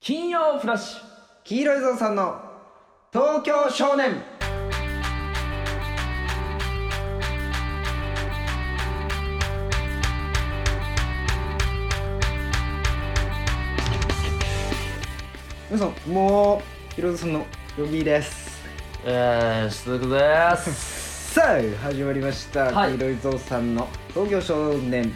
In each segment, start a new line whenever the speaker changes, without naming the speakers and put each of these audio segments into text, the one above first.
金曜フラッシュ
黄色いぞうさんの東京少年皆さんもう黄色いぞうさんの呼びです
えー、鈴木です
さあ始まりました、
はい
黄色いぞうさんの東京少年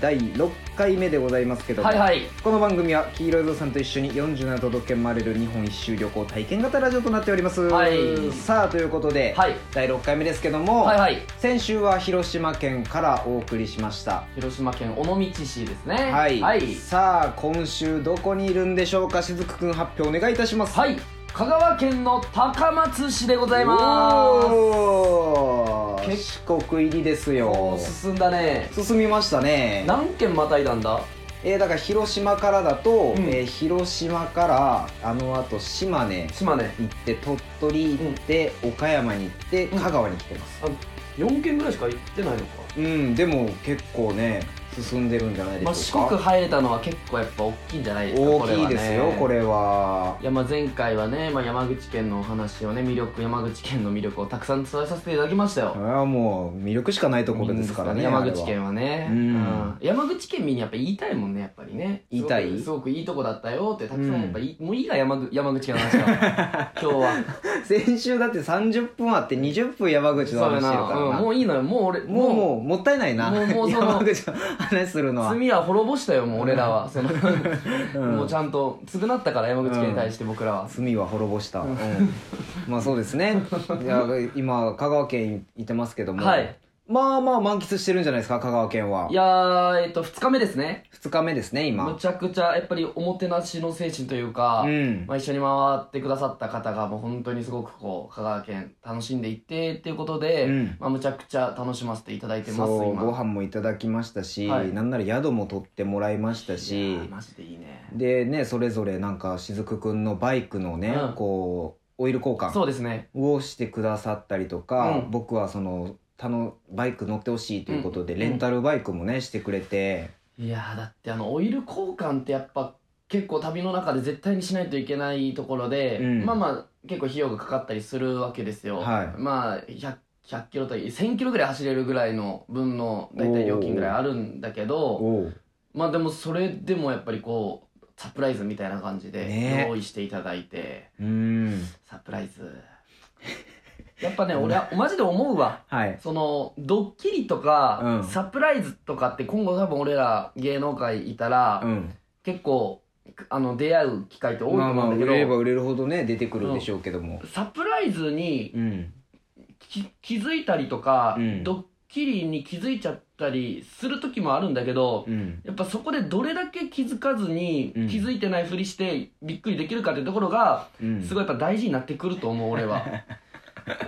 第6回目でございますけど も、
はいはい
この番組は黄色いぞうさんと一緒に47都道府県回れる日本一周旅行体験型ラジオとなっております、
はい
さあということで、
はい
第6回目ですけども、
はいはい
先週は広島県からお送りしました
広島県尾道市ですね
はい、
はい、
さあ今週どこにいるんでしょうかしずくくん発表お願いいたします
はい香川県の高松市でございま
おー
結
四国入りです
すお
よ
ー進んだね
進みましたね
何県またいだんだ
えーだから広島からだと、
うん
えー広島からあのあと島根
島根
行って鳥取行って、岡山に行って
うん
香川に来てます
4県ぐらいしか行ってないのか
うん、でも結構ね進んでるんじゃないで
まあ、
し
四
ょう
国
か、
入れたのは結構やっぱ大きいんじゃないですか
大きいですよこ
はね
れはい
やまあ前回はね、まあ、山口県のお話をね魅力山口県の魅力をたくさん伝えさせていただきましたよ
あれはもう魅力しかないところですからね
山口
あれは
県はね、
うん
うん山口県民にやっぱ言いたいもんねやっぱりね
言いたい
すごくすごくいいとこだったよってたくさ
うん
んやっぱいい、もういいな山口山口県の話は今日は
先週だって30分あって20分山口の
そう
話
や
してるか
な、
ら
うん
な、
もういいのよもう俺
もうもうもったいないな
もうもうその
山口の話するのは
罪は滅ぼしたよもう俺らは、そのもうちゃんと償ったから山口県に対して僕らは、
罪は滅ぼした、まあそうですねいや今香川県いてますけども、
はい
まあまあ満喫してるんじゃないですか香川県はい
やーえっと2日目ですね
2日目ですね
む
今
ちゃくちゃやっぱりおもてなしの精神というか、
うん
まあ、一緒に回ってくださった方がもう本当にすごくこう香川県楽しんでいってっていうことで、
うん
まあ、むちゃくちゃ楽しませていただいて
そ
ます
う
今
ご飯もいただきましたし、
はい
なんなら宿も取ってもらいました
い
し
やーマジでいいね
でねそれぞれなんかしずくくんのバイクのね、
うん
こうオイル交換
そうですね
をしてくださったりとか、
うん
僕はその他のバイク乗ってほしいということで、
うん
レンタルバイクもねしてくれて、
いやーだってあのオイル交換ってやっぱ結構旅の中で絶対にしないといけないところで、
うん
まあまあ結構費用がかかったりするわけですよ、
はい
まあ 100, 100キロといい1000キロぐらい走れるぐらいの分の大体料金ぐらいあるんだけど
おう
まあでもそれでもやっぱりこうサプライズみたいな感じ
ね
で用意していただいて、
うん
サプライズやっぱね俺 はマジで思うわ
はい
そのドッキリとか、
うん
サプライズとかって今後多分俺ら芸能界いたら、
うん
結構あの出会う機会って多いと
まあ
思
まあ
うんだけ
売
ど、
れれば売れるほどね出てくるでしょうけども
サプライズに
うん
き気づいたりとか、
うん
ドッキリに気づいちゃったりする時もあるんだけど、
うん
やっぱそこでどれだけ気づかずに、
うん
気づいてないふりしてびっくりできるかってところが
うん
すごいやっぱ大事になってくると思う俺 は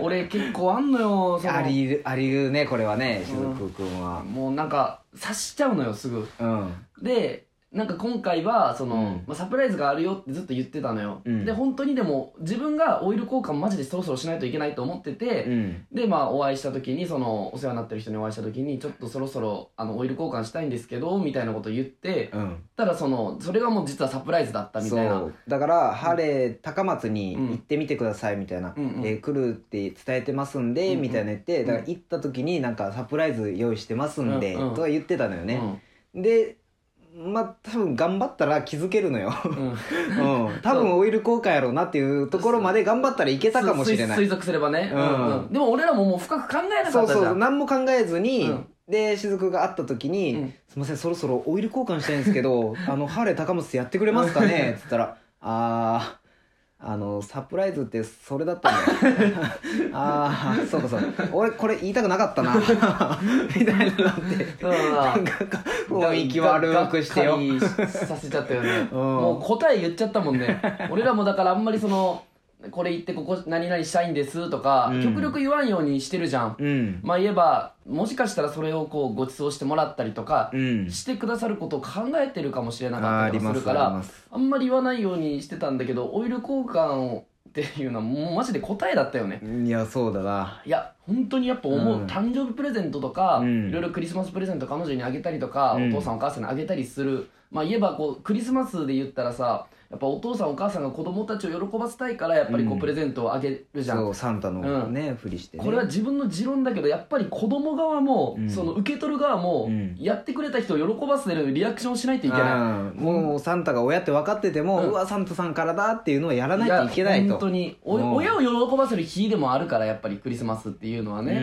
俺結構あんのよその
ありるありるねこれはねしずくくんは
もうなんか察しちゃうのよすぐ
うん
でなんか今回はその、
うん
まあ、サプライズがあるよってずっと言ってたのよ、
うん
で本当にでも自分がオイル交換マジでそろそろしないといけないと思ってて、
うん
でまあお会いした時にそのお世話になってる人にお会いした時にちょっとそろそろあのオイル交換したいんですけどみたいなこと言って、
うん
ただそのそれがもう実はサプライズだったみ
そ
たいな
うだから晴れ高松に行ってみてくださいみたいな
うんうん
えー来るって伝えてますん
うん
で
うん
みたいな言ってだから行った時になんかサプライズ用意してますんで
うんうん
とか言ってたのよね
うん
でまあ多分頑張ったら気づけるの よ
うん
うん多分オイル交換やろうなっていうところまで頑張ったらいけたかもしれない
推推測すればね、
うん
でも俺らももう深く考えなか
そ
っ
う
たじ
そ
ゃ
うん何も考えずに、
うん
で雫が会った時に「
うん
すみませんそろそろオイル交換したいんです けどあのハーレー高松やってくれますかね?」っつったら「あーあのサプライズってそれだ ったんだよああそうかそうか俺これ言いたくなかったな みたいななって
そうだな
なんか雰囲気悪くして
が
よ
っかりさせちゃったよね、
うん
もう答え言っちゃったもん ね俺らもだからあんまりそのこれ言ってここ何々したいんですとか、
うん
極力言わんようにしてるじゃん、
うん
まあ言えばもしかしたらそれをこうご馳走してもらったりとか、
うん
してくださることを考えてるかもしれな
あ
か
ー
っ
あ
た
り
りも
ます
る
す
か
あり
ら
ます
あんまり言わないようにしてたんだけどオイル交換をっていうのはもうマジで答えだったよね
いやそうだない
や本当にやっぱ思う、
うん
誕生日プレゼントとか、
うん
いろいろクリスマスプレゼント彼女にあげたりとか、
うん
お父さんお母さんにあげたりするまあ言えばこうクリスマスで言ったらさやっぱお父さんお母さんが子供たちを喜ばせたいからやっぱりこ
う
うんプレゼントをあげるじゃん、
そうサンタのね、ふりしてね
これは自分の持論だけどやっぱり子供側も、
うん
その受け取る側も、
うん
やってくれた人を喜ばせるリアクションをしないといけな
うんもうサンタが親って分かってても、
う
うんわサンタさんからだっていうのをやら
い。
ないといけないと
や本当にお
うん
親を喜ばせる日でもあるからやっぱりクリスマスっていうのはね、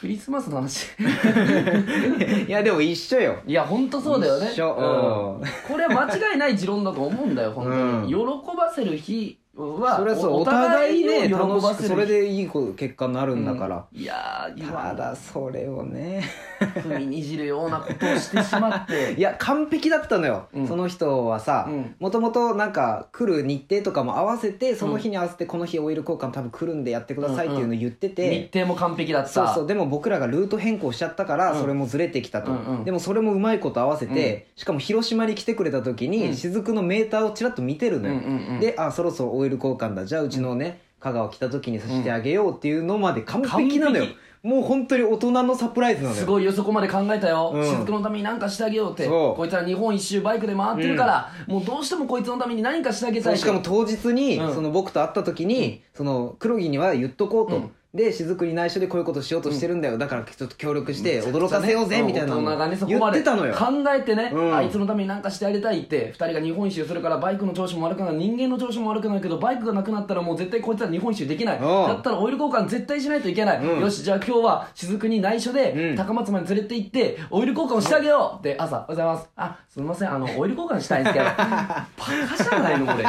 クリスマスの話
うん、いやでも一緒よ
いや本当そうだよね
一緒
うんこれは間違いない持論だと思うん だよ本当に、喜ばせる日は
それはそう
お
お互いね
おを
楽
喜ばせ
しく
る日
それでいいこ結果になるんだから、
いやー
た
今
だそれをね
踏みにじるようなことをしてしまっ
い
て
や完璧だったのよ、
うん
その人はさ
うん
もともとなんか来る日程とかも合わせてその日に合わせてこの日オイル交換多分来るんでやってくださいっていうのを言ってて、
日程も完璧だった
そうそうでも僕らがルート変更しちゃったから
うん
それもずれてきたと、
うんうん
でもそれもうまいこと合わせて、しかも広島に来てくれた時に、
うん
雫のメーターをちらっと見てるのよ、
うんうんうん
であそろそろオイル交換だじゃあうちのね、香川来た時にさせてあげようっていうのまで完璧なのよ
完
もう本当に大人のサプライズなのよ
すごいよそこまで考えたよ、
うん
雫のために何かしてあげようって
そう
こいつら日本一周バイクで回ってるから、もうどうしてもこいつのために何かしてあげた
そ
いう
しかも当日に、
うん
その僕と会った時に、その黒木には言っとこうと、
うん
で雫に内緒でこういうことしようとしてるんだよ、だからちょっと協力して驚かせようぜみたいな
大
の
人がねそこ
言
ま
っ
で
てた
考
のよ
えてね、
うん
あいつのために何かしてあげたいって2人が日本一周するからバイクの調子も悪くなる人間の調子も悪くなるけどバイクがなくなったらもう絶対こいつら日本一周できない
うん
だったらオイル交換絶対しないといけない、
うん
よしじゃあ今日は雫に内緒
う
で
ん
高松まで連れて行ってオイル交換をしてあげようで朝「おはようございます」あすみませんあのオイル交換したいんですけ どバカじゃないのこれ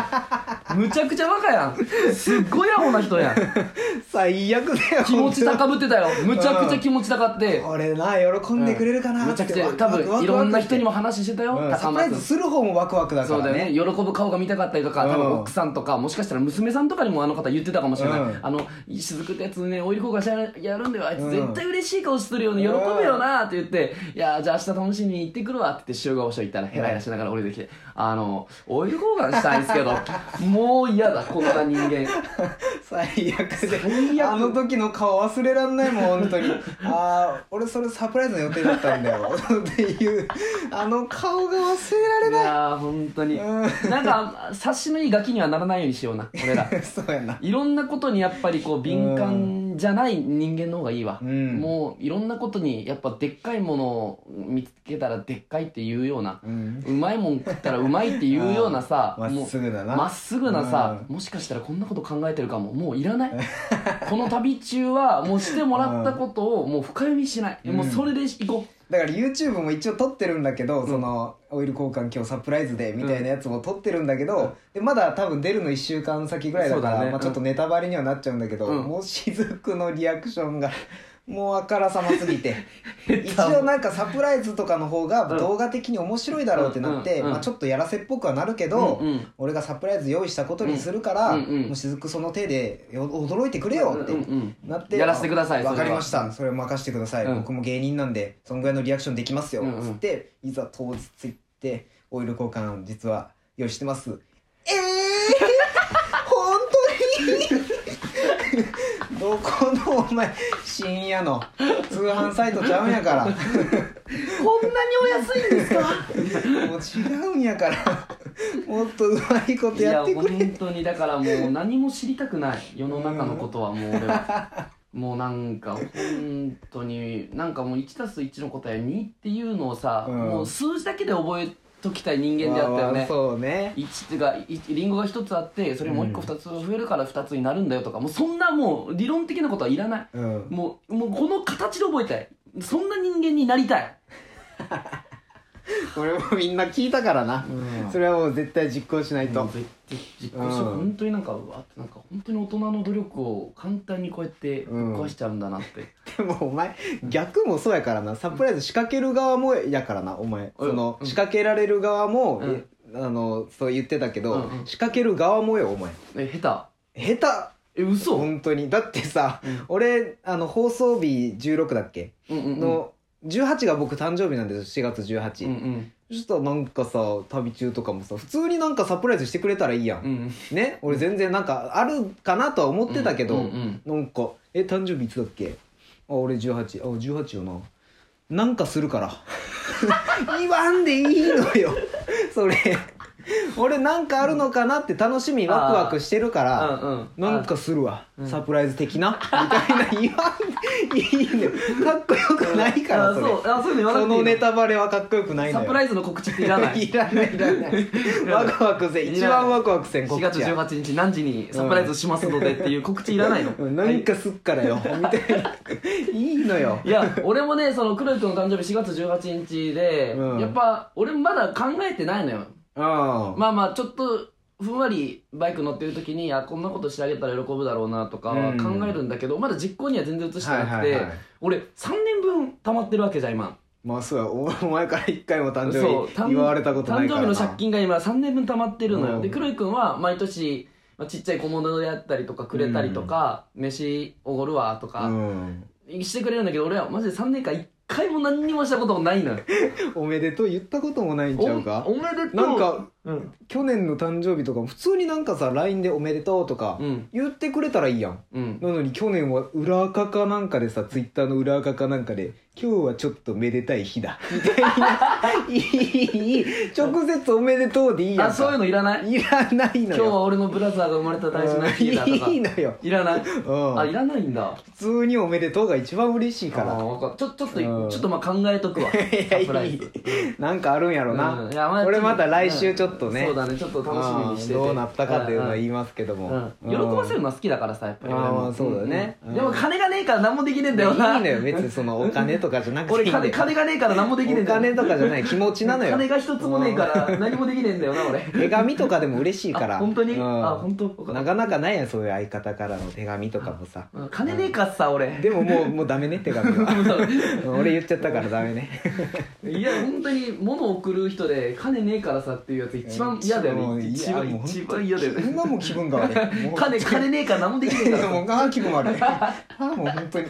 むちゃくちゃバカやんすっごいアホな人やん
最悪だよ
気持ち高ぶってたよむちゃくちゃ気持ち高って
これな喜んでくれるかな
む
っ
ち
て
ゃくちゃ
ワク
多
ワクワクワク
分いろんな人にも話してたよ、
うんサ
高
プライ
松
ズする方もワクワクだか
そうだ
ら
よね
ね
喜ぶ顔が見たかったりとか多
う
分
ん
奥さんとかもしかしたら娘さんとかにもあの方言ってたかもしれない、
うん
あの雫ってやつねオイル交換してやるんだよあいつ
うん
絶対嬉しい顔してるよね喜ぶよなって言って「いやじゃあ明日楽しみに行ってくるわ」って言って集合所行ったらヘラヘラしながら降りてきて「あのオイル交換したいんですけ どもう嫌だこんな人間
最悪で
最悪
あの時の顔忘れらんないもん本当にああ俺それサプライズの予定だったんだよっていうあの顔が忘れられ
い
ない
やー本当に
う
なんか察しのいいガキにはならないようにしような俺ら
そうやない
ろんなことにやっぱりこう敏感じゃない人間の方がいいわ、
うん
もういろんなことにやっぱでっかいものを見つけたらでっかいっていうような、
うん
うまいもん食ったらうまいっていうようなさ
まっすぐだ
も
な
うまっすぐなさ、もしかしたらこんなこと考えてるかももうい らないこの旅中はもうしてもらったことをもう深読みしない、
うん
もうそれで行こう
だから YouTube も一応撮ってるんだけど、そのオイル交換今日サプライズでみたいなやつも撮ってるんだけど、でまだ多分出るの1週間先ぐらいだから
そうだね
まあ、ちょっとネタバレにはなっちゃうんだけど、
うん
もう雫のリアクションが もうあからさますぎて 一
下手
応なんかサプライズとかの方が
うん
動画的に面白いだろうってなっ
うん
て、
うんうん
まあ、ちょっとやらせっぽくはなるけど、
うんうん
俺がサプライズ用意したことにするから、
うんうんうん
もう雫その手でよ驚いてくれよって。
うんうん
なって
やらせてください
わかり
それは
ましたそれを任せてください、
うん
僕も芸人なんでそんぐらいのリアクションできますよ、
うんうん
つっていざ当日行ってオイル交換実は用意してますええー、 本当に どこのお前深夜の通販サイトちゃうんやから
こんなにお安いんですか
もう違うんやからもっとうまいこと
いや
やってくれ
本当にだからもう何も知りたくない世の中のことはもう俺は もうなんか本当になんかもう 1+1 の答えは2っていうのをさ、
うん
もう数字だけで覚えときたい人間であったよ
ま
ね
あそうね
1ってが1リンゴが1つあってそれもう1個
うん
2つ増えるから2つになるんだよとかもうそんなもう理論的なことはいらない
うん
もうもうこの形で覚えたいそんな人間になりたい、
これもみんな聞いたからな、それはもう絶対実行しないと、
もう絶対実行しよう
うん
本当になんかうわなんか本当に大人の努力を簡単にこうやってぶっ壊しちゃうんだなって、
で もお前逆もそうやからなサプライズ仕掛ける側もやからなお前
うん
その
うん
仕掛けられる側も、
うん
えあのそう言ってたけど、
うんうん
仕掛ける側もよお前
え下
下
手え
手
嘘うん
本当にだってさ、
うん
俺あの放送日16だっけ
うんうん
の、18が僕誕生日なんですよ4月18、
うんうん
そしたらなんかさ旅中とかもさ普通になんかサプライズしてくれたらいいやん、
うん
ね俺全然なんかあるかなとは思ってたけ
う
ど、
んうん
なんか「え誕生日いつだっけ?」あ「俺18」あ「18よな」なんかするから 言わんでいいのよそれ俺なんかあるのかなって楽しみワクワクしてるから、
うんうん
なんかするわ、サプライズ的なみたいな言わんでいいのよかっこよくないから
あ
それ
そうあそういうの言わなくていい
そ
の
のネタバレはかっこよくないの
サ
よ
プライズの告知っていらない
いらないいらないワクワクせん一番ワクワクせん
4
告
月
知や
18日何時にサプライズしますのでっていう告知いらないの
うんなんかすっからよみたいないいのよ
いや俺もねその黒井君の誕生日4月18日で、
うん
やっぱ俺まだ考えてないのよ
あ
まあまあちょっとふんわりバイク乗ってる時にあこんなことしてあげたら喜ぶだろうなとかは考えるんだけど、まだ実行には全然移してなくて、
はいはいはい
俺3年分溜まってるわけじゃん今
まあそうやおお前から一回も誕
そう
生
誕
日言われたことないから
誕生
な
日の借金が今3年分溜まってるのよ、
うん
で黒井君は毎年、まあ、ちっちゃい小物であったりとかくれたりとか、飯おごるわとか、
うん
してくれるんだけど俺はマジで3年間1回も何にもしたこともないのよ
おめでとう言ったこともないん
お
ちゃうか
おめでとう
なん、か
うん
去年の誕生日とかも普通になんかさ LINE で「おめでとう」とか
うん
言ってくれたらいいやん
うん、
なのに去年は裏垢かなんかでさツイッターの裏垢かなんかで「今日はちょっとめでたい日だ」みたいな「いいいい直接おめでとう」でいいやん
あそういうのいらない
いらない
今
の
日は
よ
俺のブラザーが生まれた大事な日だとか
うんいいのよ、
いらないうあい
ん、
らないんだ
普通に「おめでとう」が一番嬉しいか
あ
ら
ーわかるちょちょっと、
うん
ちょっとまあ考えとくわサ
いやいい
プライズ
なんかあるんやろ
う
なん
いやまあ
俺また来週ちょっとね
そうだねちょっと楽しみにしてて
うんどうなったかっていうのは言
い
いますけども
喜ばせるのは好きだからさやっぱり俺も
あーそうだね
んでも金がねえから何もできねえんだ
いい
よな
のよ別にそのお金とかじゃなくて
俺
いいんだ
金
よ
金がねえから何もできねえ
お
んだよ
金とかじゃない気持ちなのよ
金が一つもねえから何もできねえんだよな俺
手紙とかでも嬉しいから
あ本当に
うん
あ本当わかった
なかなかないやんそういう相方からの手紙とかもさ
うん金ねえからさ俺
でももうもうダメね手紙はうん俺言っちゃったからダメね
いや本当に物を送る人で金ねえからさっていうやつ一番嫌だよ
もう
ね
いや
一番
もう本当
一番嫌だよね
今 もう気分が悪い もう
金金ねえから何もできねえから
もうあー気分悪 いあーもう本当に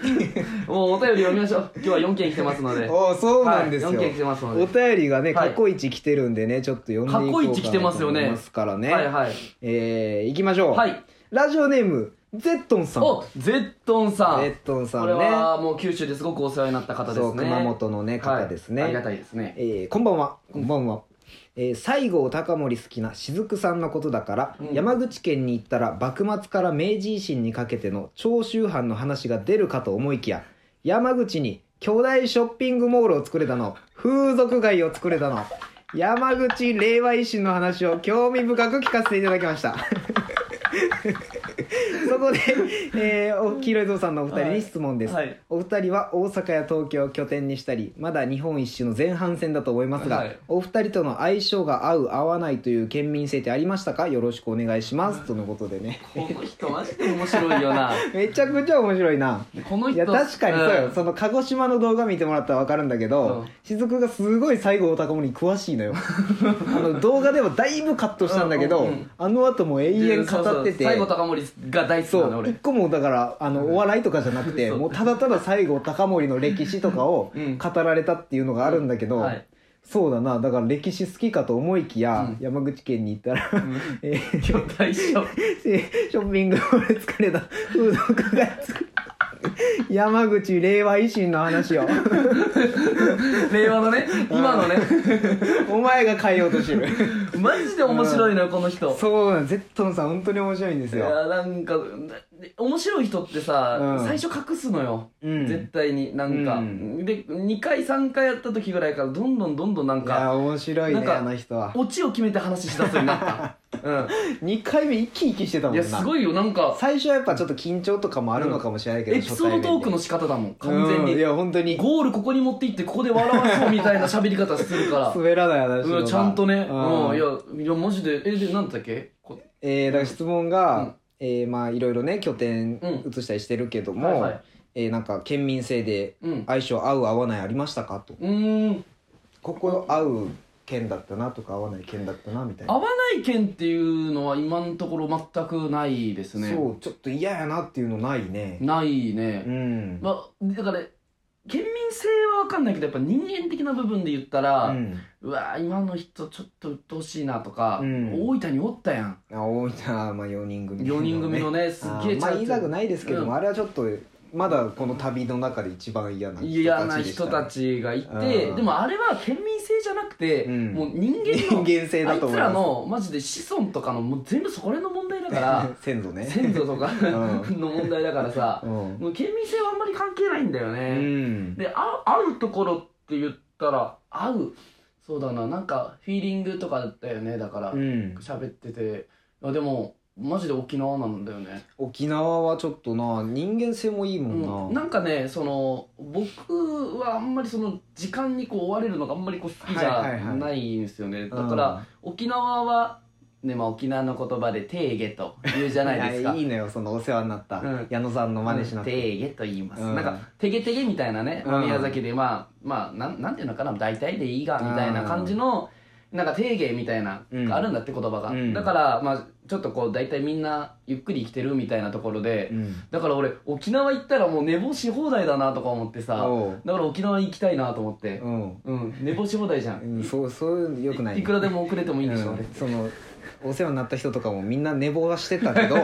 もうお便り読みましょう今日は4件来てますので
おーそうなんですよ、
はい、4件来てますので
お便りがね
は
過
い
去一来てるんでねちょっと読んでいこうかな
過去一来てますよね
と思いますからね、
はいはい
えー、いきましょう、
はい
ラジオネームゼットンさん
おゼットンさん
ゼットンさん
こ
ね
れはもう九州ですごくお世話になった方ですね
そう熊本のね方ですね
はい、ありがたいですね
えーこんばんはこんばんは、えー西郷隆盛好きな雫さんのことだから、
うん
山口県に行ったら幕末から明治維新にかけての長州藩の話が出るかと思いきや山口に巨大ショッピングモールを作れたの風俗街を作れたの山口令和維新の話を興味深く聞かせていただきました そこで、えー、お黄色いぞうさんのお二人に質問です、
はい
お二人は大阪や東京を拠点にしたりまだ日本一周の前半戦だと思いますが、
はい
お二人との相性が合う合わないという県民性ってありましたかよろしくお願いしますとのことでね
この人マジで面白いよな
めちゃくちゃ面白いな
この人
いや確かにそうよ、
ん
その鹿児島の動画見てもらったら分かるんだけど、
うん
雫がすごい西郷隆盛に詳し いのよあの動画ではだいぶカットしたんだけど、
うんうんうん
あの後も永遠語ってて
そうそう西郷隆盛が大好き
そ
なの
う一
俺
個もだからあのお笑いとかじゃなくて
そう
もうただただ西郷隆盛の歴史とかを
うん
語られたっていうのがあるんだけど、
うんはい
そうだなだから歴史好きかと思いきや、
うん
山口県に行ったら、 えー
巨大ショッ
えーショッピングモール疲れた風俗が作る山口令和維新の 話を
プ 令和のね今のね
お前が変えようとしてる
マジで面白いのよこの人
そうなんゼットンさん本当に面白いんです
い
よ
やなんかで面白い人ってさ、
うん
最初隠すのよ、
うん
絶対になんか、
うん
で2回3回やった時ぐらいからどんどんどんどんなん
いや
か
面白い
なん
ね
か
あの人は
オチを決めて話しだすように なった、
2回目生き生きしてた
う
も
ん、
ん
い
な
やすごいよなんか
最初はやっぱちょっと緊張とかもあるのかもしれないけど、
エピソードトークの仕方だもん完全に、
うんいや本当に
ゴールここに持っていってここで笑わそうみたいな喋り方する から
滑らない話
う
と
わ
か
ちゃんとね、う
うん
んいやいやマジでえで何だっけこ
えー、だから質問が、えーまあいろいろね拠点
うん
移したりしてるけども、
はいはい
えーなんか県民性で
うん
相性合う合わないありましたかと
うーん
ここ合う県だったなとか合わない県だったなみたいな、
合わない県っていうのは今のところ全くないですね
そうちょっと嫌やなっていうのないね
ないね、
うん、
まあだから県民性は分かんないけどやっぱ人間的な部分で言ったら、
うん
うわー今の人ちょっと鬱陶しいなとか、
うん
大分におったやん
あ大分まあ4人組
4人組のねす
あ
っげえ
ーまあ言いたく
な
ないですけども、
うん
あれはちょっとまだこの旅の中で一番嫌な人たちでした
嫌な人たちがいて、
うん
でもあれは県民性じゃなくて、
うん
もう人間
人
の
間性だと
あい
思
つ
い
ら
ま
のマジで子孫とかのもう全部そこら辺の問題だ
す
から
先祖 ね
先祖とか
ん
の問題だからさ
うん、
もう県民性はあんまり関係ないんだよ
う
ね、
ん、
であ合うところって言ったら合うそうだななんかフィーリングとかだよねだから
うん
喋ってていやでもマジで沖縄なんだよね、
沖縄はちょっとな人間性もいい
う
も
んん、
な、
なんかねその僕はあんまりその時間にこう追われるのがあんまりこう好きじ
はいはいは
ゃ
い
ないんですよね、だから、沖縄は、ねまあ、沖縄の言葉で「テーゲ」と言うじゃ
うん
ないですか
いやいいのよそのお世話になった、
うん
矢野さんの真似しなく
テ
て、
ーゲと言います、
うん
なんか「テゲテゲ」みたいなね、まあ
うん
宮崎でまあまあなんなんていうのかな大体でいいがみたいな感じの、なんか「テーゲ」みたいな、
うん
あるんだって言葉が、
うん
だからまあちょっとこう大体みんなゆっくり生きてるみたいなところで、
うん
だから俺沖縄行ったらもう寝坊し放題だなとか思ってさ
おう
だから沖縄行きたいなと思って
うん
うん寝坊し放題じゃん
うんそうそうよくない
いくらでも遅れてもいいんでしょ、
う
俺
んそのお世話になった人とかもみんな寝坊はしてたけ ど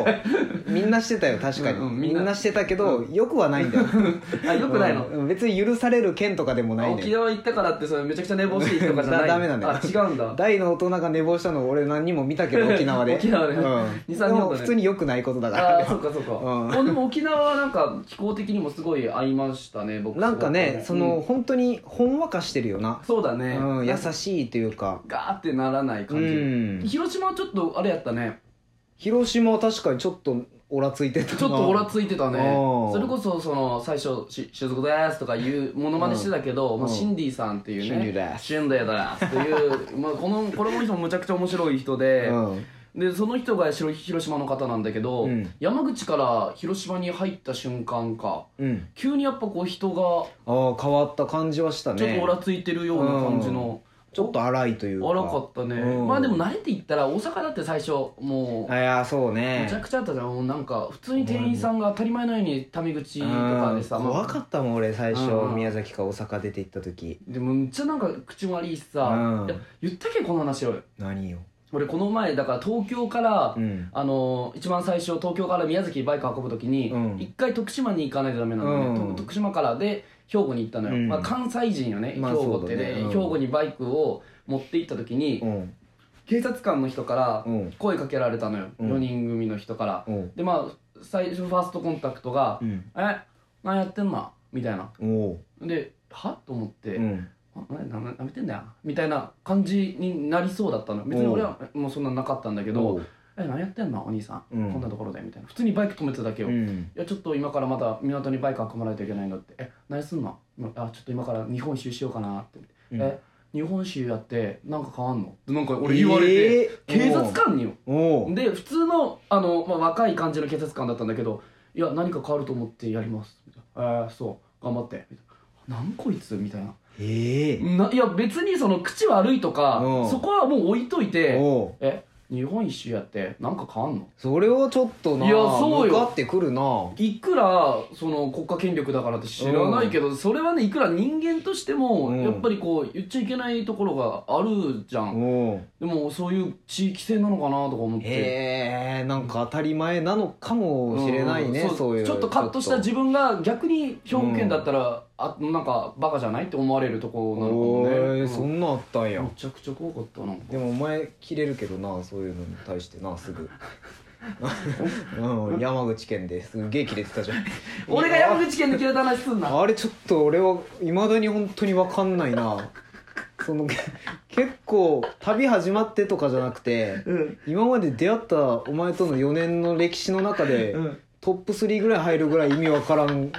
みんなしてたよ確かに、
うんうんみ
み
ん
ん
な
なしてたけど、よくはない んだよ
あよくないの、
うん別に許される県とかでもない
沖
ね
縄行ったからってそれめちゃくちゃ寝坊しいとかじゃない
だダメなんだよ
あ違うん だ
大の大人が寝坊したの俺何人も見たけど沖縄 で
沖縄で
うん
二三
で
人だね
も普通によくないことだから
あーそっかそっか、
うん
あでも沖縄はなんか気候的にもすごい合いましたね僕
なんかね
す
そ
ごく
の、本当にほんわかしてるよな
うん、そうだね、
う
な
ん、優
んか
しいというか
ガーってならないう感じ、
ん
広島はちょっとあれやった ね
広島は確かにちょっとオラついてた
ちょっとオラついてたね
うん
それこそその最初「しずこです」とかいうものまねしてたけど、
うん
まあ、
うん
シンディさんっていうね
シンディです
シンディですっていう、まあ、このこれも人もむちゃくちゃ面白い人で、
うん
でその人が白広島の方なんだけど、
うん
山口から広島に入った瞬間か
うん
急にやっぱこう人が
ああ変わった感じはしたね
ちょっとオラついてるような感じの、
ちょっと荒いというか
荒かったね、
うん
まあでも慣れていったら大阪だって最初もう
あいやそうね
めちゃくちゃあったじゃんもうなんか普通に店員さんが当たり前のようにタメ口とかでさ、
うん
まあ
怖かったもん俺最初、
うん
宮崎か大阪出て行った時
でもめっちゃなんか口も悪いしさ、
うん
いや言ったっけこの話を
何よ、
俺この前だから東京から、
うん、
あのー一番最初東京から宮崎にバイク運ぶ時に一、
うん
回徳島に行かないとダメなのね、
うん
と徳島からで兵庫に行ったのよ、
うん
まあ、関西人よね、
まあ
兵庫って
そうだ
ね
ねうん
兵庫にバイクを持って行った時に、
うん
警察官の人から
うん
声かけられたのよ、
うん
4人組の人から、
うん
でまあ最初ファーストコンタクトが
うん
「え何やってんの?」みたいな
おお
で「は?」と思って、
うん
あなななめてんだよみたいな感じになりそうだったの別に俺はもうそんななかったんだけど
う
「え何やってんのお兄さん、
うん
こんなところで」みたいな普通にバイク止めてただけよ、
う
い
ん
やちょっと今からまた港にバイク運ばないといけないんだって「え何すんのまあちょっと今から日本一周しようかな」って「
うん
え日本一周やってなんか変わんの?」なんか俺言われて、
えー
警察官によ
おおお
で普通のあの、まあ、若い感じの警察官だったんだけど「いや何か変わると思ってやります」みたいな「えー、そう頑張って」みたいな「何こいつ」みたいな
ええ
ないや別にその口悪いとか
うん
そこはもう置いといて
おう
え日本一周やってなんか変わんの
それはちょっとない
やそうよ
向かってくるない
くらその国家権力だからって知らないけどそれはねいくら人間としても
うん
やっぱりこう言っちゃいけないところがあるじゃん
おう
でもそういう地域性なのかなとか思って
ええなんか当たり前なのかもしれないね、
うん
そういう
ちょっとカットした自分が逆に兵庫県だったらあなんかバカじゃないって思われるとこなのかもね
お
う
え
ん
そんなんあったんや、
めちゃくちゃ怖かったな
でもお前切れるけどなそういうのに対してなす ぐうん山口県ですげえ切れてたじゃん
俺が山口県で切れた話すんな
あれちょっと俺はいまだに本当に分かんないなそのけ結構旅始まってとかじゃなくて
うん
今まで出会ったお前との4年の歴史の中で、
うん
トップ3ぐらい入るぐらい意味わからん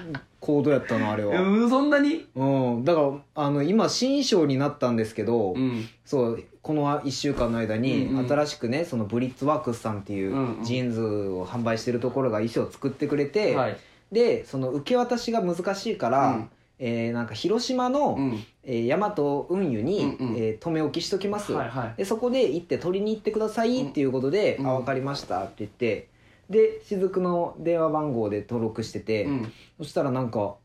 行動やったなあれは、
うんそんなに
うん、だからあの今新章になったんですけど、
うん
そうこの1週間の間に
うんうん
新しくねそのブリッツワークスさんってい
うんうん
うジーンズを販売してるところが衣装を作ってくれて、
はい
でその受け渡しが難しいか
う
ら、
ん
えーなんか広島の、
うん
えー大和運輸に、
うんうん
えー留め置きしときます、
はいはい
でそこで行って取りに行ってくださいっていうことで「
うん
あ分かりました」って言ってで雫の電話番号で登録してて、
うん
そしたらなんか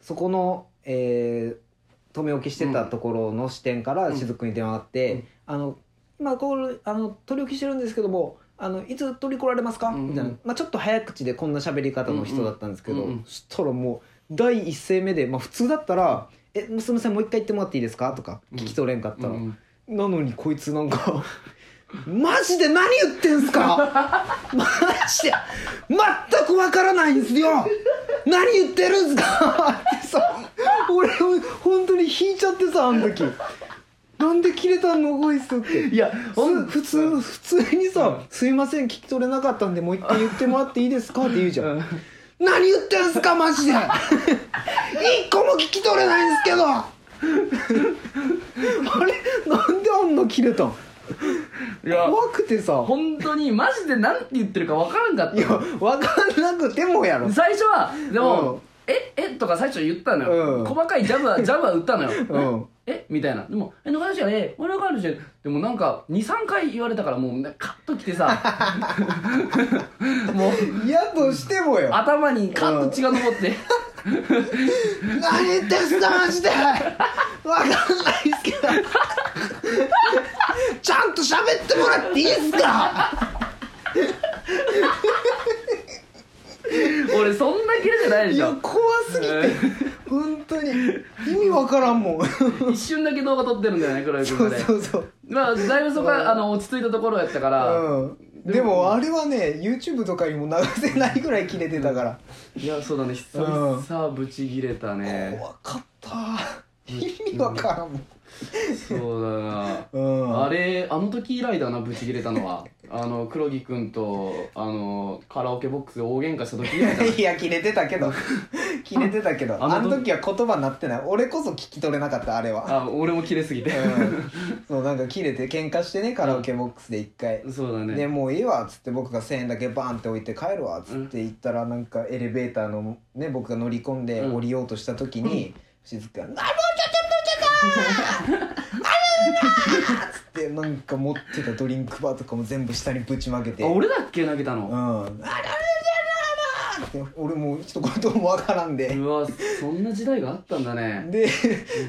そこの、えー止め置きしてたところの支店から雫に電話があって、
うん
あの今こうあの取り置きしてるんですけどもあのいつ取り来られますか?」
うんうん
みたいな、まあ、ちょっと早口でこんな喋り方の人だったんですけど、
うんうん
そしたらもう第一声目で、まあ、普通だったら「えすみませんもう一回言ってもらっていいですか?」とか聞き取れんかったら、
うんうん
なのにこいつなんか マジで何言ってんすか マジで全くわからないんすよ何言ってるんすか ってさ俺本当に引いちゃってさあの時なんで切れたのこいつって
いやほん
普通普通にさ「すいません聞き取れなかったんでもう一回言ってもらっていいですか?」って言うじゃん何言ってんすかマジ で一個も聞き取れないんですけどあれなんであんな切れたん
いや
怖くてさ
本当にマジで何て言ってるか分からんかっ
いや
た
わかんなくてもやろ
最初はでも、
うん
ええとか最初言ったのよ、
うん
細かいジャブはジャブは打ったのよ、
うん
えみたいなでも「え中西はえ俺があるじゃん」でもなんか23回言われたからもうカッときてさもう
いやとしてもよ
頭にカッと血が上って、
何言ってんすかマジでわかんないっすけどちゃんと喋ってもらっていいっすか
俺そんなキレじゃないで
い
し
や
ょ
怖すぎて本当に意味わからんもん そ
一瞬だけ動画撮ってるんだよね黒井君が
う
ね
そうそう
まあだいぶそこはあの落ち着いたところやったから、
うんでもあれはね YouTube とかにも流せないぐらい切れてたから、
いやそうだね久々ブチギレたね、
怖かった意味わからんもん、
そうだな
うん、
あれあの時以来だなブチ切れたのはあの黒木君とあのカラオケボックスで大喧嘩した時以来だない
や切れてたけ ど切れてたけど
あの
あの時は言葉になってない俺こそ聞き取れなかったあれは、
あ俺も切れすぎ て
うん、そうなんか切れて喧嘩してねカラオケボックスで一回、
そうだね
でもういいわっつって僕が1000円だけバーンって置いて帰るわっつって行ったらなんかエレベーターのね僕が乗り込んで
うん
降りようとした時に静かが「なるほどちょっとちょっとなるほど!」っつってなんか持ってたドリンクバーとかも全部下にぶちまけて
あ
「うん
俺だっけ投げたの、
あなるほどなるほどって俺もうちょっとこれどうもわからんで
う。わそんな時代があったんだね
で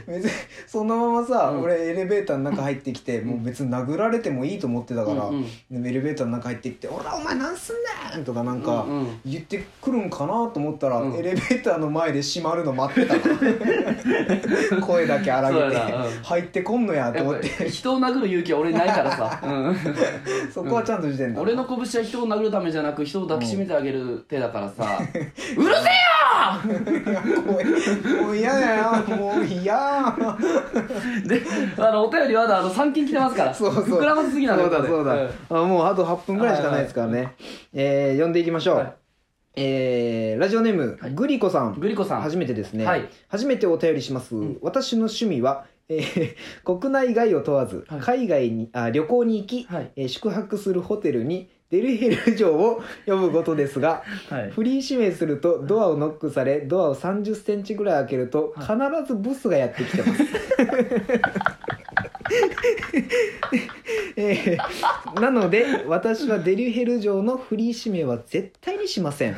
別にそのままさ、
うん
俺エレベーターの中入ってきて、もう別に殴られてもいいと思ってたから、
うん
でエレベーターの中入ってきて「おらお前なんすんねん!」とかなんか
うんうん
言ってくるんかなと思ったら、
うん
エレベーターの前で閉まるの待ってた な声だけ荒げて
そうやなうん
入ってこんのやと
や
思っ
ってぱ人を殴る勇気は俺ないから さ、う
そこはちゃんとしてん
ん、
だ、
俺の拳は人を殴るためじゃなく人を抱きしめてあげる手だからさ、うるせえよ
いや怖いもう嫌だよもう嫌
であのお便りはまだあの3件来てますから
そうそう
膨らませすぎなの
そ
よ
うだそうだ、
これん
あもうあと8分ぐらいしかないですからね、えー、読んでいきましょう、
はい
えーラジオネーム、グリコさん
グリコさん
初めてですね、
はい
初めてお便りします、私の趣味は、えー 国内外を問わず、
はい
海外にあ旅行に行き、
はい
えー宿泊するホテルにデルヘル城を呼ぶことですが
はい
フリー指名するとドアをノックされドアを3 0センチぐらい開けると必ずブスがやってきてます。えーなので私はデリヘル城のフリー指名は絶対にしません。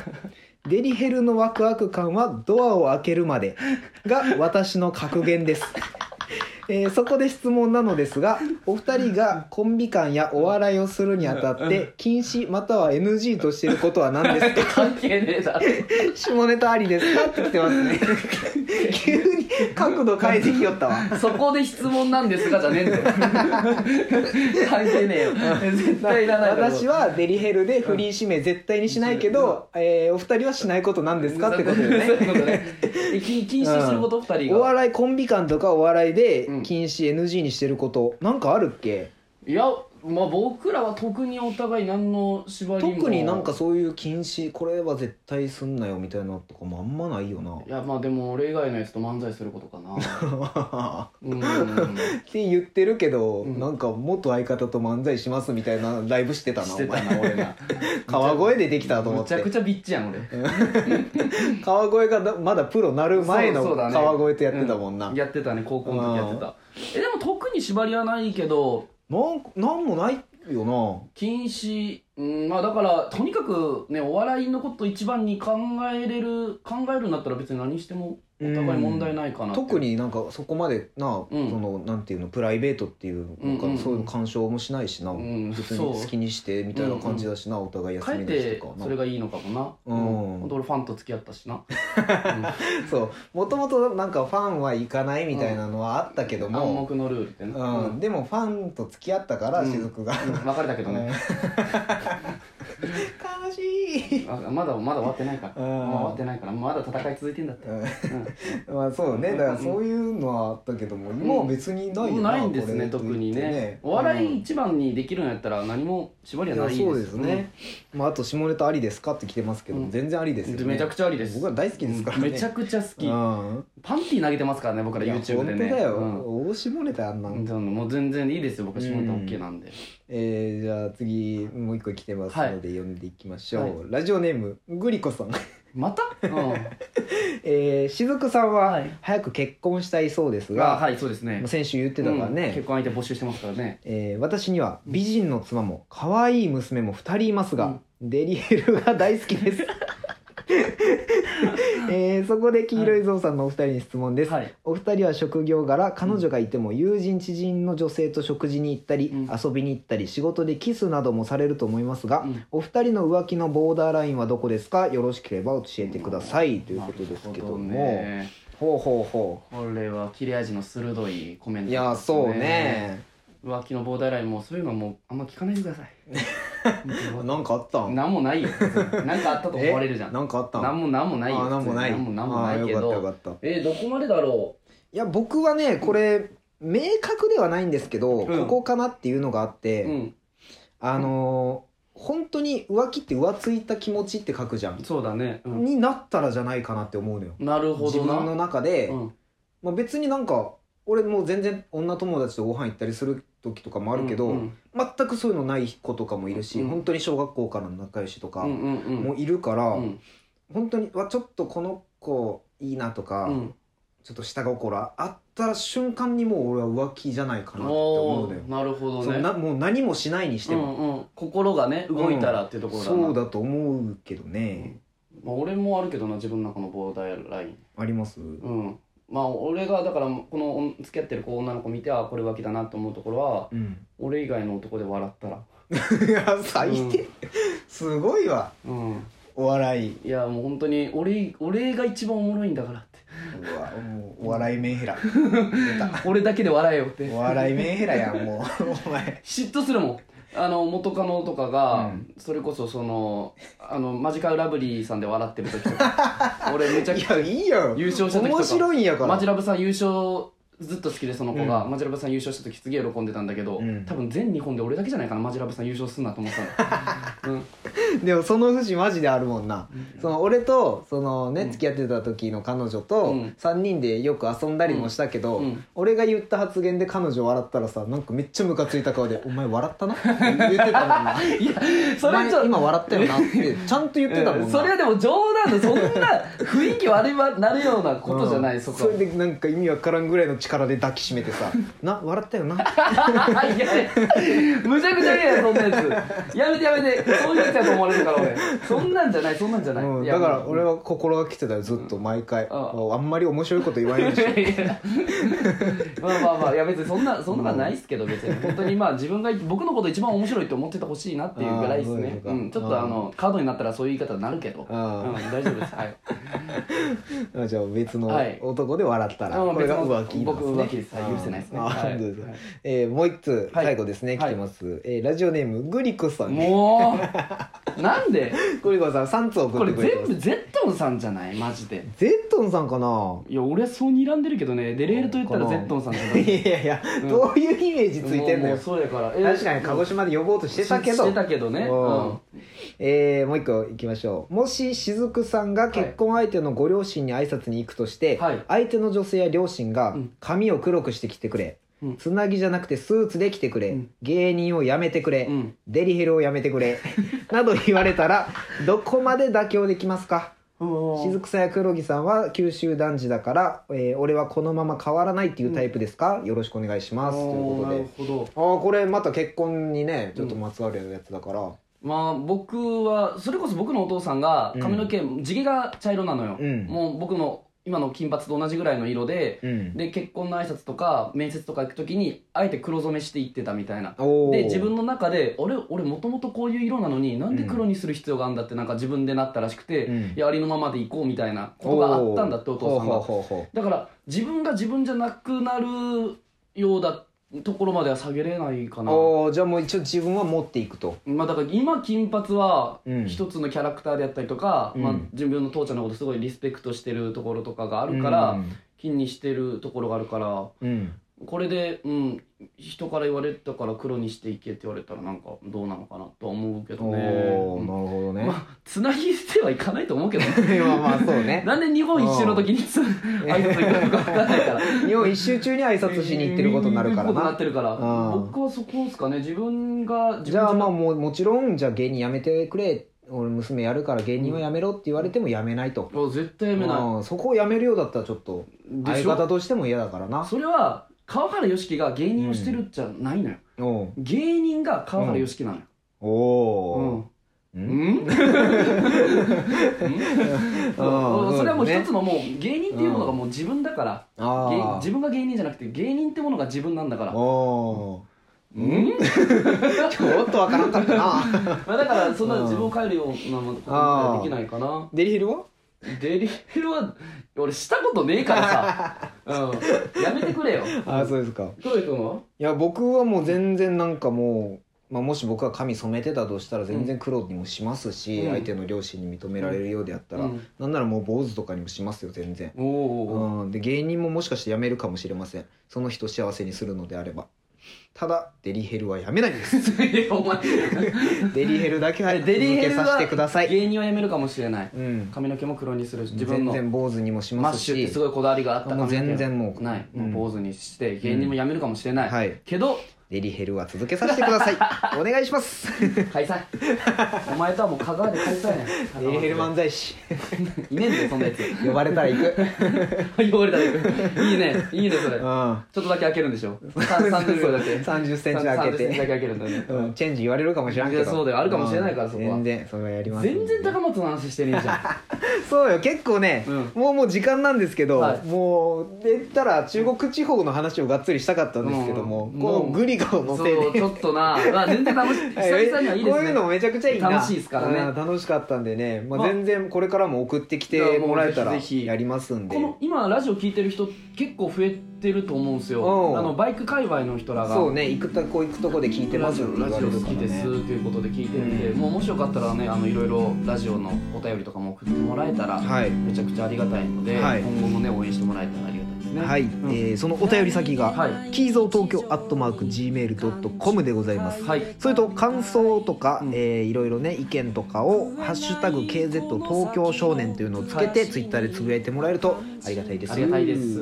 デリヘルのワクワク感はドアを開けるまでが私の格言です。えーそこで質問なのですがお二人がコンビ感やお笑いをするにあたって禁止または NG としていることは何ですか
関係ねえだろ
下ネタありですかって来てま すね急に角度変えてきよったわ
そこで質問なんですがじゃねえんだ よ関係ねえよ絶対いらないから
私はデリヘルでフリー指名絶対にしないけど、えーお二人はしないことなんですかってことでね
そういうことねえ禁禁止すること二人
お
が
笑いコンビ感とかお笑いで
うん
禁止 NG にしてることなんかあるっけ、
いやまあ僕らは特にお互い何の縛りも
特になんかそういう禁止これは絶対すんなよみたいなとかもあんまないよない
やまあでも俺以外のやつと漫才することかなうん
って言ってるけど、
うん
なんか元相方と漫才しますみたいなライブしてたな
して
お
た
前
な俺な
川越でできたと思
む
っ
ちゃ
て
くちゃビッチやん俺
川越がだまだプロなる前の
そうそうだね
川越とやってたもんな、
うやってたね高校の時やってたえでも特に縛りはないけど
なんかなんもないよな
禁止、うん、まあだからとにかくねお笑いのこと一番に考えれる考えるんだったら別に何しても
うん
お互い問題ないかなって
特になんかそこまでな、
うん
そのなんていうのプライベートっていうのか、
うんうんうん
そういう干渉もしないしな、
うん
別に
そう
好きにしてみたいな感じだしな、お互い
か
休
えっ
みだしてとかな
それがいいのかもな、
うん
ほと俺ファンと付き合ったし な、うん
そうもともとなんかファンは行かないみたいなのはあったけど
暗
も、
黙のルールってね、
うんでもファンと付き合ったから、
うん
雫が、
うん別れたけど ね、
悲し い、
あまだまだ終わってないから、
うん
まだ終わってないからまだ戦い続いてんだって、
うん、まあそうねだからそういうのはあったけども、今は別にない
も
よ
う
な,、
ないんですね特にねお笑い一番にできるんやったら何も縛り
い
は
や
ないです
そうですね、まあ、あと下ネタありですかって来てますけど、
うん
全然ありで
う
す
ん
よね
めちゃくちゃありです
僕は大好きですからね
めちゃくちゃ好き、
うん
パンティー投げてますからね僕ら
いや
YouTube でね
本当だよ、
うん
大下ネタあんなの、
うんでももう全然いいですよ僕は下ネタ
うん
OK なんで、
えー、じゃあ次もう一個来てますので読んでいきましょう、
はい
ラジオネームグリコさん、
また、うん、
えー、しずくさんは
はい
早く結婚したい そうですが、
あはいそうですね
もう先週言ってたから
うん
ね、
結婚相手募集してますからね
えー私には美人の妻も可愛い娘も2人いますが、
うん
デリヘルが大好 きですえーそこで黄色いゾウさんのお二人に質問です、
はい
お二人は職業柄彼女がいても友人知人の女性と食事に行ったり、
うん
遊びに行ったり仕事でキスなどもされると思いますが、
うん
お二人の浮気のボーダーラインはどこですかよろしければ教えてください、ということですけども
なるほね
ほうほうほ
これは切れ味の鋭いコメン
う
ト
いや
ですね
そうね
浮気のボーダーラインもそういうのはもうあんま聞かないでください 本
なんかあった
当
ん
に何もないよ何かあったと思われるじゃ
え
ん
なんかあったん
何も何もないよ
あなんもない
普通に何も何もないけ
あーよか
ど
ったよかった
えーどこまでだろ
いや僕はねこれ明確ではないんですけど、
うん
ここかなっていうのがあっ
う
て、
うん
あのー本当に浮気って浮ついた気持ちって書くじゃん、
そうだねうん
になったらじゃないかなって思うのよ
なるほ
自
ど
分
な
の中で、
うん
まあ、別になんか俺もう全然女友達とご飯行ったりする時とかもあるけど、
うん
全くそういうのない子とかもいるし、
うん
本当に小学校からの仲良しとか
うんうんうん
もいるから、
うん
本当にわちょっとこの子いいなとか、
うん
ちょっと下心あった瞬間にもう俺は浮気じゃないかなって思
お
うのよ
ーなるほ
そ
ど
う
ね
なもう何もしないにして
う
も、
んうん心がね動いたらっていうところだな
そうだと思うけどね、
まあ俺もあるけどな自分の中のボーダーライン
あります、
うんまあ俺がだからこのお付き合ってる子女の子見てあこれ浮気だなと思うところは
うん、
俺以外の男で笑ったら
いや最低、
う
すごいわ
うん
お笑い
いやもう本当に俺俺が一番おもろいんだから って
うわもうお笑いメンヘラ
俺だけで笑えよって
お笑いメンヘラやんもうお前
嫉妬するもんあの元カノとかが、
うん
それこそそのあのマジカルラブリーさんで笑ってる時とか 俺めちゃく
い
ちゃ
やいいよ
優勝した時とか
面白いんやから
マジラブさん優勝ずっと好きでその子が、
う
マジラブさん優勝した時すげえ喜んでたんだけど、
うん
多分全日本で俺だけじゃないかなマジラブさん優勝すんなと思ってた の、うん、
でもその節マジであるもんな、その俺とそのね付き合ってた時の彼女
う
と
ん
3人でよく遊んだりもしたけど、
うんうん
俺が言った発言で彼女笑ったらさなんかめっちゃムカついた顔で「お前笑 ったな」って言ってたもんな
いやそ
お
れちょっ
前
と
今笑ったよなってちゃんと言ってたもんな、
うんそれはでも冗談でそんな雰囲気悪いわなるようなことじゃない、
うん
そこ
それでなんか意味わからんぐらいの力で抱きしめてさ「な笑ったよな」
いやいやむちゃくちゃ嫌やそんなやつやめてやめてそういうやつやと思われるから俺そんなんじゃないそんなんじゃ ない、
うん、
いや
だから俺は心がけてたよずっと毎回、
ああ
もうあんまり面白いこと言わないでしょ
いやまあまあまあいや別にそんなそんなのはないっすけど別に本当にまあ自分が僕のこと一番面白いと思っててほしいなっていうぐらいです
あーそうい
ね
う
う
ことか
んちょっとあのカードになったらそういう言い方になるけどうん
あー
大丈夫ですはい
あじゃあ別の
はい
男で笑ったら、
あ
これが
別の
浮気なんですね
僕浮気ですはい許せないですね
ああ
はい
本当ですか
はい
えーもう一つ
はい
最後ですね、
はい
来てます、えーラジオネームグリコさん
もうなんで
グリコさん三つ送
こ
っ
れ
てくれて
全
ます
部ゼットンさんじゃないマジで
ゼットンさんかない
や俺はそう睨んでるけどねデレールと言ったら
この
ゼットンさんじゃない
やいや、
うん
どういうイメージついてん
もう
の
も
よ
うそうやから、えー
確かに鹿児島で呼ぼうとしてたけど
してたけどね
うん
うん
えーもう一個いきましょうもし雫さんが結婚相手のご両親に挨拶に行くとして、
はい
相手の女性や両親が
うん
髪を黒くしてきてくれ、
うん
つなぎじゃなくてスーツで来てくれ、
うん
芸人をやめてくれ、
うん
デリヘルをやめて くれなど言われたらどこまで妥協できますか
うん
雫さんや黒木さんは九州男児だから、えー俺はこのまま変わらないっていうタイプですか、よろしくお願いしますということ
な
で
るほど
あーこれまた結婚にねちょっとまつわるやつだから、
まあ僕はそれこそ僕のお父さんが髪の毛地毛が茶色なのよ、
うん
もう僕の今の金髪と同じぐらいの色で、
うん
で結婚の挨拶とか面接とか行く時にあえて黒染めしていってたみたいな
おー
で自分の中であれ俺もともとこういう色なのになんで黒にする必要があるんだってなんか自分でなったらしくて、
うん
いやありのままでいこうみたいなことがあったんだってお父さん
ほう
が
ほうほうほう
だから自分が自分じゃなくなるようだところまでは下げれないかな
おーじゃあもう一応自分は持っていくと
まあだから今金髪は
うん
一つのキャラクターであったりとか、
うん
まあ、自分の父ちゃんのことすごいリスペクトしてるところとかがあるから、金にしてるところがあるから
うん、うん
これでうん人から言われたから黒にしていけって言われたらなんかどうなのかなとは思うけどね
お
う
ー
ん
なるほどね、
まあつなぎてはいかないと思うけどね
まあまあそうね
なんで日本一周の時につ 挨拶行くのか分かんない から
日本一周中に挨拶しに行ってることになるから
ことになっ
な
てるから
うん
僕はそこですかね自分が自分
じゃあまあ
あ
もうもちろんじゃあ芸人やめてくれ俺娘やるから芸人はやめろって言われてもやめないと、
絶対やめな
うんそこをやめるようだったらちょっと
いでし
相方
ょ
としても嫌だからな
それは川原良樹が芸人をしてるじゃないのよ
おう
芸人が川原良樹なのよ
お
うん
ーうん
うん、
うん
それはもう
そうですね
一つのもう芸人っていうものがもう自分だから、
あ
芸
ー
自分が芸人じゃなくて芸人ってものが自分なんだから、
おー
うん、
ちょっとわからんかったな
まあだからそんな自分を変えるようなことはできないかな
デリヒルは
デリヘルは俺したことねえからさ、 うん、やめてくれよ
ああそうですか
黒井君はい
や僕はもう全然なんかもう、まあ、もし僕が髪染めてたとしたら全然黒にもしますし、
うん
相手の両親に認められるようであったら、
うん
なんならもう坊主とかにもしますよ全然、
お お
うん、で芸人ももしかして辞めるかもしれませんその人幸せにするのであればただデリヘルは辞めないん です
お前
デリヘルだけは
デ
続
リヘ
け
ル
さ
は
せてください、
芸人はやめるかもしれない
うん、
髪の毛も黒にするし自分
全
の
然坊主にもし
マ
ま
ッ
す
シュって
し
すごいこだわりがあった
もう全然もう
ない、
うん
もう坊主にして芸人も辞めるかもしれない、
はい
けど
デリヘルは続けさせてください お願いします
解 散お前とはもう香川で解散や
デリヘル漫才師
いねえんだよそんなやつ
呼ばれたら行く
呼ばれたら行くいいねいいねそれちょ
う
っとだけ開けるんでし ょ30秒だけ
30センチ開けて
30センチだけ開けるんだよね、
ん、うん、チェンジ言われるかもしれんけど
いやそうだよあるかもしれないから
うん
そこは
全然それはやります
全然高松の話してねえじゃん
そうよ結構ね、
うん
もうもう時間なんですけど、
はい
もう言ったら中国地方の話をがっつりしたかったんですけども、
うん
こ
もう
うグリガをのせ
そう
いで
ちょっとな、まあ、全然楽しい久々にはいいですね
こういうのめちゃくちゃいいな
楽しいですからね
うん楽しかったんでね、ま
まあ
あ、全然これからも送ってきてもらえたら
いやもうぜひぜひ
やりますんで
この今ラジオ聞いてる人結構増えてると思うんですよ
うん
あのバイク界隈の人らが
そうね行くとこ行くとこで聞いてま
ラジ
すって
オ
言
ラ
わ
ジ
れ
オ
る
好
か
き
ら
です
ね
ということで聞いてるんで、
うん
もうもしよかったらねあのいろいろラジオのお便りとかも送ってもらえたら、
はい
めちゃくちゃありがたいので、
はい
今後もね応援してもらえたらありがたいですね
はい、
うん
えーそのお便り先が、
は
キーゾー東京アットマーク Gmail.com でございます、
はい
それと感想とか、
うん
えーいろいろね意見とかを「ハッシュタグ #KZ 東京少年」というのをつけて、
はい
ツイッターでつぶやいてもらえるとありがたいです
ありがたいです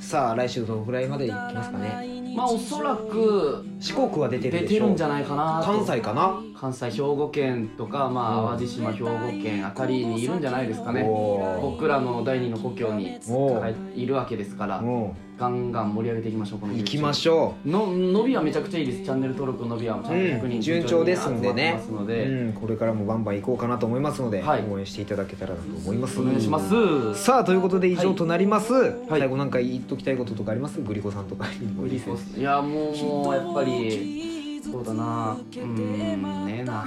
さあ来週どのぐらいまでいきますかね
まあおそらく
四国は出て
出
るで
て
しょ
る
うん
じゃないかなと
関西かな
関西兵庫県とか、まあ、淡路島兵庫県あたりにいるんじゃないですかね
おー
僕らの第二の故郷に
おー
帰いるわけですから
も
ガンガン盛り上げていきましょうこの
う
11
行きましょ
の伸びはめちゃくちゃいいですチャンネル登録の伸びはちゃんと100
う
人
ん順調ですんでね
集まってますの
う、
で、
うん、これからもバンバン行こうかなと思いますので、
はい
応援していただけたらなと思います
お願いします、
さあということで以上となります、
い
最後なんか言っときたいこととかありますグリコさんとかにも
売り子いやもうもうやっぱりそうだなうーんねえな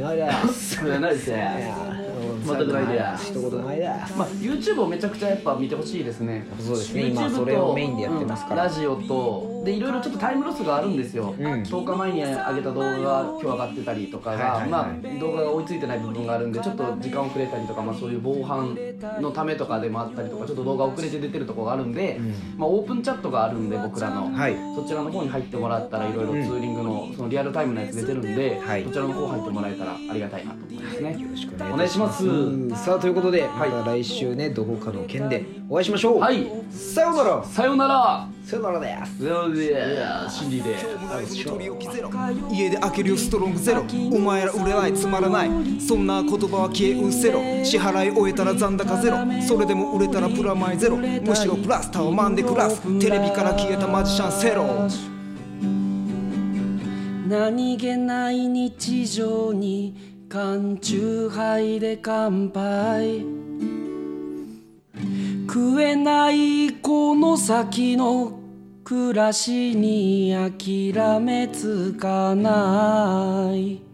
ないだ
それはないですねまたぐらいだ
一言前だ
まあ YouTube をめちゃくちゃやっぱ見てほしいですね
そうですね
YouTube
今
と
それをメインでやってますか
うん
ら
ラジオとでいろいろちょっとタイムロスがあるんですよ、10日前に上げた動画が今日上がってたりとかが、
はいはいはい
まあ、動画が追いついてない部分があるんでちょっと時間遅れたりとか、まあ、そういう防犯のためとかでもあったりとかちょっと動画遅れて出てるところがあるんで、まあ、オープンチャットがあるんで僕らの、
はい
そちらの方に入ってもらったらいろいろツーリングのそのリアルタイムのやつ出てるんで、
はい
そちらの方入ってもらえたらありがたいなと思いますねよろしく
お
お願いします
さあということでま
い
た来週ねどこかの県でお会いしましょう
はい
さようなら
さようなら
さようならです
さようならシンディで
家で開けるよストロングゼロお前ら売れないつまらないそんな言葉は消えうせろ支払い終えたら残高ゼロそれでも売れたらプラマイゼロむしろプラスタワマンで暮らすテレビから消えたマジシャンセロ
何気ない日常に缶チューハイで乾杯食えないこの先の暮らしに諦めつかない